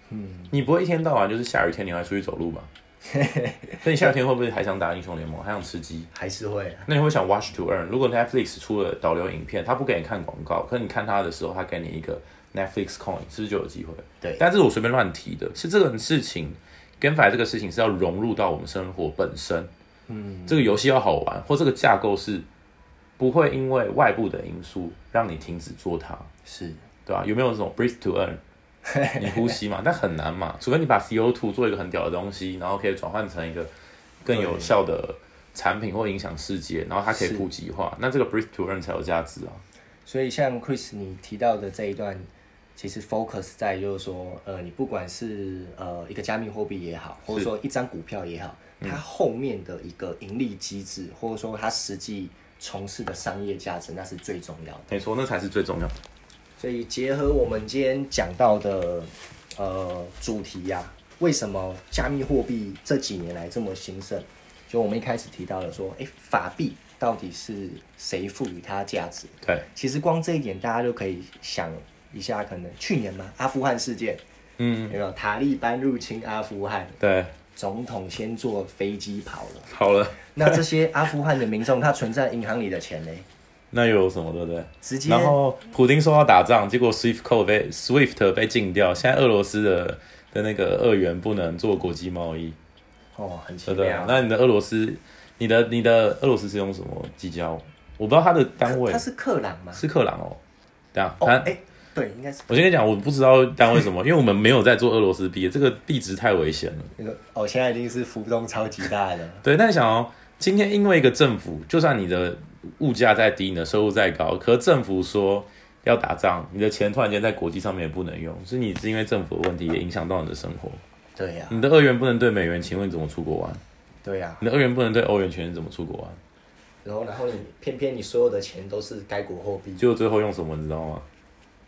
B: 嗯，你不会一天到晚就是下雨天你还出去走路吧？所以你下雨天会不会还想打英雄联盟，还想吃鸡？
A: 还是会啊
B: 那你会想 watch to earn。如果 Netflix 出了导流影片，它不给你看广告，可是你看它的时候，它给你一个 Netflix coin，是不是就有机会？
A: 对
B: 但这是我随便乱提的，是这个事情跟反这个事情是要融入到我们生活本身。嗯，这个游戏要好玩，或这个架构是不会因为外部的因素让你停止做它，
A: 是
B: 对吧、有没有这种 breathe to earn？你呼吸嘛，但很难嘛，除非你把 CO2 做一个很屌的东西，然后可以转换成一个更有效的产品或影响世界，然后它可以
A: 是
B: 普及化，那这个 breathe to earn 才有价值啊。
A: 所以像 Chris 你提到的这一段，其实 focus 在就是说，呃，你不管是呃一个加密货币也好，或者说一张股票也好，它后面的一个盈利机制，或者说它实际从事的商业价值，那是最重要的。
B: 没错，那才是最重要的。
A: 所以结合我们今天讲到的呃主题呀、为什么加密货币这几年来这么兴盛？就我们一开始提到的说，诶，法币到底是谁赋予它价值？
B: 对，
A: 其实光这一点，大家就可以想一下，可能去年嘛，阿富汗事件，
B: 嗯，
A: 有没有塔利班入侵阿富汗，
B: 对，
A: 总统先坐飞机跑 (laughs) 了，
B: 好了，
A: 那这些阿富汗的民众，他存在银行里的钱呢，
B: 那又有什么对不对？
A: 直接
B: 然后普丁说要打仗，结果 SWIFT code 被 SWIFT 被禁掉，现在俄罗斯的的那个俄元不能做国际贸易，
A: 哦，很奇
B: 对不对
A: 妙？。
B: 那你的俄罗斯，你的你的俄罗斯是用什么计价？我不知道它的单位
A: 他是克朗吗？
B: 是克朗哦，对啊，
A: 哦，
B: 它、
A: 哎、对，应该是
B: 我先跟你讲，我不知道单位什么，因为我们没有在做俄罗斯币，这个币值太危险了。
A: 那个哦，现在已经是浮动超级大的，
B: 对，但你想哦，今天因为一个政府，就算你的物价再低，你的收入再高，可政府说要打仗，你的钱突然间在国际上面也不能用，是你是因为政府的问题也影响到你的生活。
A: (laughs) 对呀、
B: 你的二元不能对美元，请问你怎么出国玩？
A: 对呀、
B: 你的二元不能对欧元，请问你怎么出国玩？
A: 然后然后你偏偏你所有的钱都是该国货币，
B: 结果最后用什么，你知道吗？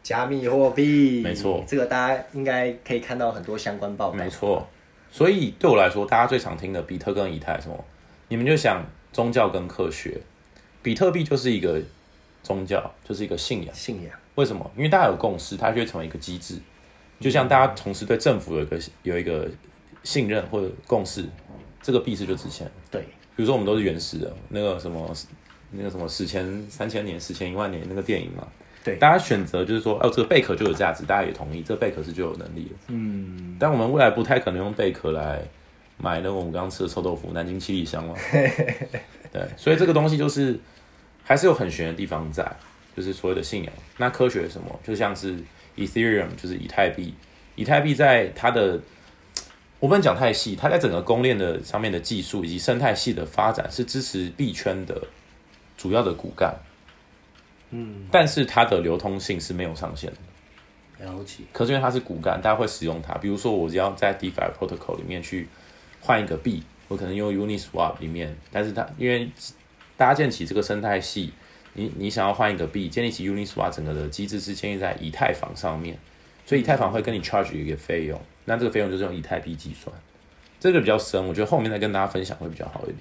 A: 加密货币，
B: 没错
A: 这个大家应该可以看到很多相关报道
B: 没，错，所以对我来说，大家最常听的比特跟以太是什么，你们就想宗教跟科学，比特币就是一个宗教，就是一个信仰。
A: 信仰
B: 为什么？因为大家有共识，它就会成为一个机制。就像大家同时对政府有一个有一个信任或者共识，这个币是就值钱。
A: 对，
B: 比如说我们都是原始的，那个什么那个什么史前三千年、史前一万年那个电影嘛，
A: 对
B: 大家选择就是说，哦，这个贝壳就有价值，大家也同意，这个贝壳是就有能力的。嗯，但我们未来不太可能用贝壳来买那个我们刚刚吃的臭豆腐，南京七里香嘛。对，所以这个东西就是还是有很玄的地方在，就是所谓的信仰。那科学是什么？就像是 Ethereum，就是以太币。以太币在它的我不能讲太细，它在整个公链的上面的技术以及生态系的发展是支持币圈的主要的骨干。嗯，但是它的流通性是没有上限的。
A: 了解，
B: 可是因为它是骨干，大家会使用它。比如说，我只要在 DeFi protocol 里面去换一个币，我可能用 Uniswap 里面，但是它因为搭建起这个生态系，你你想要换一个币，建立起 Uniswap 整个的机制是建立在以太坊上面，所以以太坊会跟你 charge 一个费用，那这个费用就是用以太币计算。这个比较深，我觉得后面再跟大家分享会比较好一点。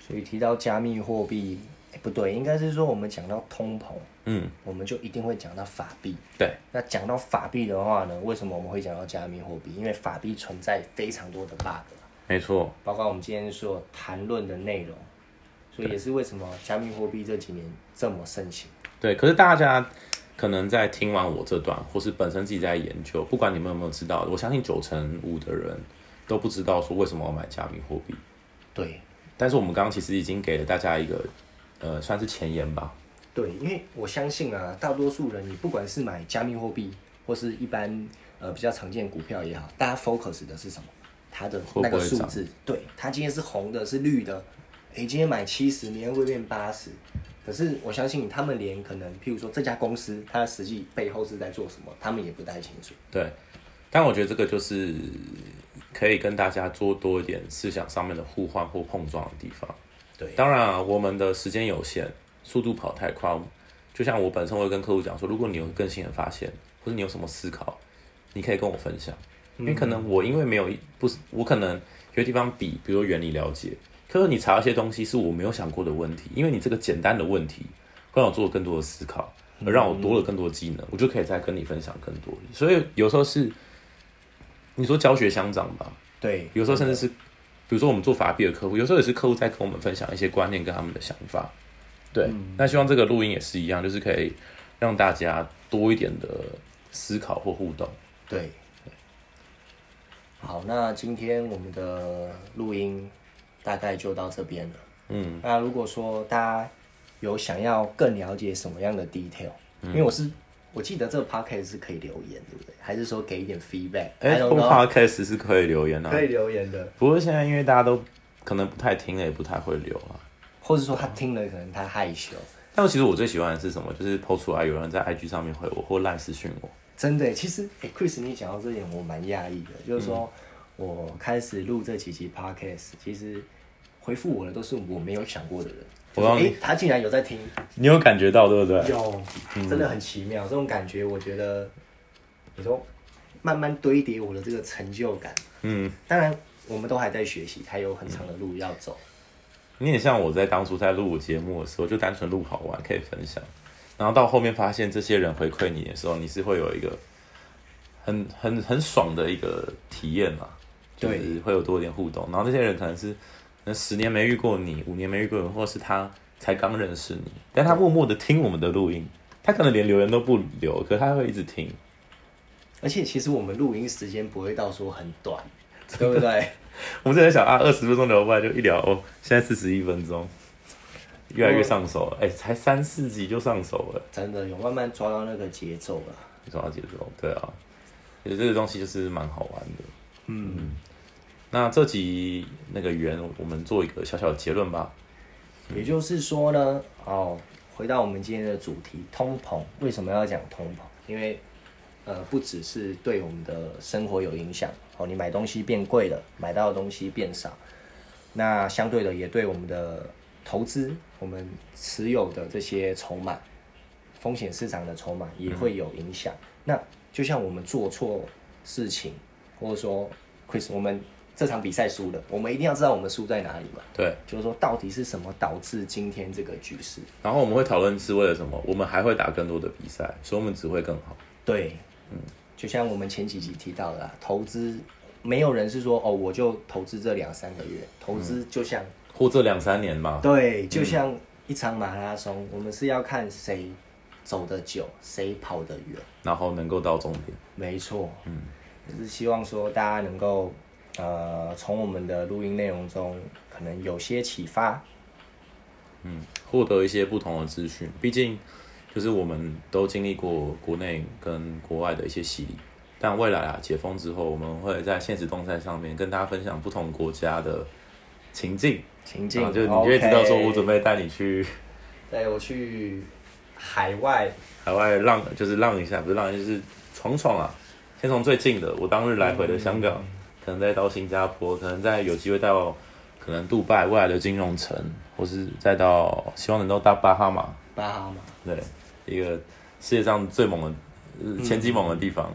A: 所以提到加密货币，哎不对，应该是说我们讲到通膨，
B: 嗯，
A: 我们就一定会讲到法币。
B: 对，
A: 那讲到法币的话呢，为什么我们会讲到加密货币？因为法币存在非常多的 bug，
B: 没错，
A: 包括我们今天所谈论的内容，所以也是为什么加密货币这几年这么盛行。
B: 对，可是大家可能在听完我这段，或是本身自己在研究，不管你们有没有知道，我相信九成五的人都不知道说为什么要买加密货币。
A: 对，
B: 但是我们刚刚其实已经给了大家一个，呃，算是前言吧。
A: 对，因为我相信啊，大多数人你不管是买加密货币或是一般呃比较常见股票也好，大家 focus 的是什么？它的
B: 会
A: 那
B: 不
A: 个
B: 会
A: 数
B: 涨
A: 字，对，它今天是红的，是绿的，哎、你今天买七十，明天会变八十。可是我相信他们连可能，譬如说这家公司它实际背后是在做什么，他们也不太清楚。
B: 对，但我觉得这个就是可以跟大家做多一点思想上面的互换或碰撞的地方。
A: 对
B: 当然啊我们的时间有限，速度跑太快，就像我本身会跟客户讲说，如果你有更新的发现，或者你有什么思考，你可以跟我分享，因为可能我因为没有不是我可能有些地方比，比如说原理了解，可是你查一些东西是我没有想过的问题，因为你这个简单的问题会让我做更多的思考，而让我多了更多技能，我就可以再跟你分享更多。所以有时候是你说教学相长吧，
A: 对，
B: 有时候甚至是，
A: 嗯
B: 比如说我们做法币的客户，有时候也是客户在跟我们分享一些观念跟他们的想法。对，
A: 嗯
B: 那希望这个录音也是一样，就是可以让大家多一点的思考或互动。
A: 对。好，那今天我们的录音大概就到这边了。嗯，那如果说大家有想要更了解什么样的 detail，、因为我是我记得这个 podcast 是可以留言，对不对？还是说给一点 feedback？
B: 哎、
A: I don't
B: 不
A: know
B: ，Podcast 是可以留言啊，
A: 可以留言的，
B: 不过现在因为大家都可能不太听了，也不太会留啊。
A: 或者说他听了可能他害羞。
B: 但其实我最喜欢的是什么？就是抛出来有人在 IG 上面回我或赖私讯我。
A: 真的耶，其实哎、欸 Chris，你讲到这点，我蛮讶异的，
B: 嗯
A: 就是说、我开始录这几集 Podcast，其实回复我的都是我没有想过的人，就
B: 我
A: 是
B: 让
A: 哎、
B: 你
A: 欸他竟然有在听，
B: 你有感觉到对不对？
A: 有，真
B: 嗯
A: 的很奇妙，这种感觉，我觉得你说慢慢堆叠我的这个成就感，
B: 嗯，
A: 当然我们都还在学习，还有很长的路要走，
B: 嗯你也像我在当初在录我节目的时候，就单纯录好玩可以分享，然后到后面发现这些人回馈你的时候，你是会有一个很很很爽的一个体验嘛，就是
A: 对
B: 会有多一点互动。然后这些人可能是那十年没遇过你，五年没遇过你，或者是他才刚认识你，但他默默的听我们的录音，他可能连留言都不留，可他会一直听。
A: 而且其实我们录音时间不会到说很短，对不对？
B: 我们之前想啊，二十分钟聊不完就一聊哦，现在四十一分钟，越来越上手了，哎、才三四集就上手了。
A: 真的有慢慢抓到那个节奏了。
B: 你说要节奏，对啊，其实这个东西就是蛮好玩的。
A: 嗯，
B: 那这集那个圆，我们做一个小小的结论吧。
A: 也就是说呢，哦，回到我们今天的主题，通膨为什么要讲通膨？因为呃，不只是对我们的生活有影响，哦，你买东西变贵了，买到的东西变少，那相对的也对我们的投资，我们持有的这些筹码，风险市场的筹码也会有影响。那就像我们做错事情，或者说 Chris，我们这场比赛输了，我们一定要知道我们输在哪里嘛。
B: 对，
A: 就是说到底是什么导致今天这个局势？
B: 然后我们会讨论是为了什么，我们还会打更多的比赛，所以我们只会更好。
A: 对，嗯，就像我们前几集提到的啦，啊投资没有人是说哦，我就投资这两三个月，投资就像、
B: 或这两三年吧，
A: 对，就像一场马拉松，我们是要看谁走得久，谁跑得远。
B: 然后能够到终点。
A: 没错，嗯，就是希望说大家能够，呃，从我们的录音内容中可能有些启发，
B: 获得一些不同的资讯。毕竟，就是我们都经历过国内跟国外的一些洗礼，但未来啊解封之后，我们会在现实动态上面跟大家分享不同国家的情境，
A: 情境
B: 然后啊就你就会知道说，我准
A: 备
B: 备带你去
A: 带我去海外，
B: 海外浪，就是浪一下，不是浪，就是闯闯啊。先从最近的，我当日来回的香
A: 嗯
B: 港，可能再到新加坡，可能再有机会到可能杜拜未来的金融城，或是再到希望能到大巴哈马，
A: 巴哈马。
B: 对，一个世界上最猛的、呃前几猛的地方。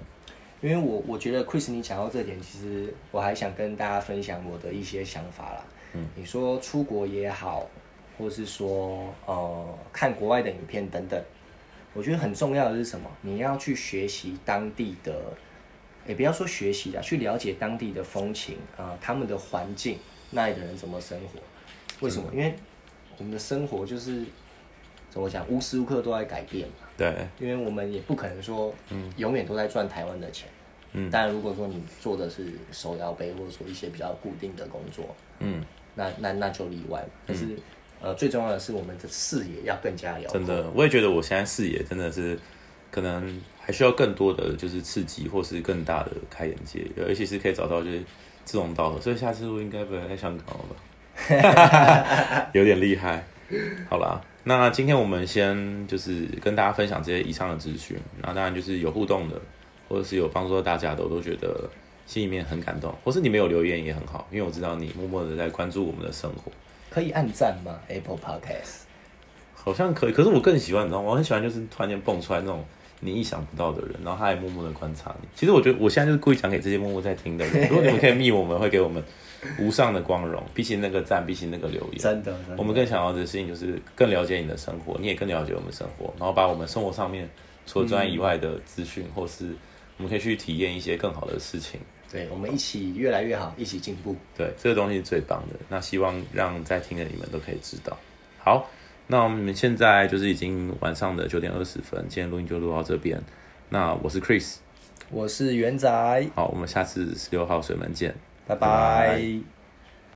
A: 因为我我觉得 Chris 你讲到这点，其实我还想跟大家分享我的一些想法啦。嗯，你说出国也好，或是说呃看国外的影片等等，我觉得很重要的是什么？你要去学习当地的，也不要说学习啦，去了解当地的风情啊、呃他们的环境，那里的人怎么生活？为什么？因为我们的生活就是怎么讲，无时无刻都在改变嘛。
B: 对，
A: 因为我们也不可能说，
B: 嗯
A: 永远都在赚台湾的钱。嗯，但如果说你做的是手摇杯，或者说一些比较固定的工作，
B: 嗯，
A: 那那那就例外。但是，呃，最重要的是我们的视野要更加辽阔。
B: 真的，我也觉得我现在视野真的是可能还需要更多的就是刺激，或是更大的开眼界，尤其是可以找到就是志同道合。所以下次我应该不会在香港了吧？有点厉害。好啦，那今天我们先就是跟大家分享这些以上的资讯，那当然就是有互动的，或者是有帮助到大家的，我都觉得心里面很感动，或是你没有留言也很好，因为我知道你默默的在关注我们的生活，
A: 可以按赞吗？Apple Podcast
B: 好像可以。可是我更喜欢，你知道吗？我很喜欢就是突然间蹦出来那种你意想不到的人，然后他还默默的观察你。其实我觉得我现在就是故意讲给这些默默在听的人，如果你们可以密我们，会给我们无上的光荣。比起那个赞，比起那个留言，
A: 真的，真的
B: 我们更想要的事情就是更了解你的生活，你也更了解我们生活，然后把我们生活上面除了专业以外的资讯，或是我们可以去体验一些更好的事情。
A: 对，我们一起越来越好，一起进步。
B: 对，这个东西是最棒的。那希望让在听的你们都可以知道。好，那我们现在就是已经晚上的九点二十分，今天录音就录到这边。那我是 Chris，
A: 我是元仔，
B: 好，我们下次十六号水门见。
A: 拜
B: 拜
A: 拜
B: 拜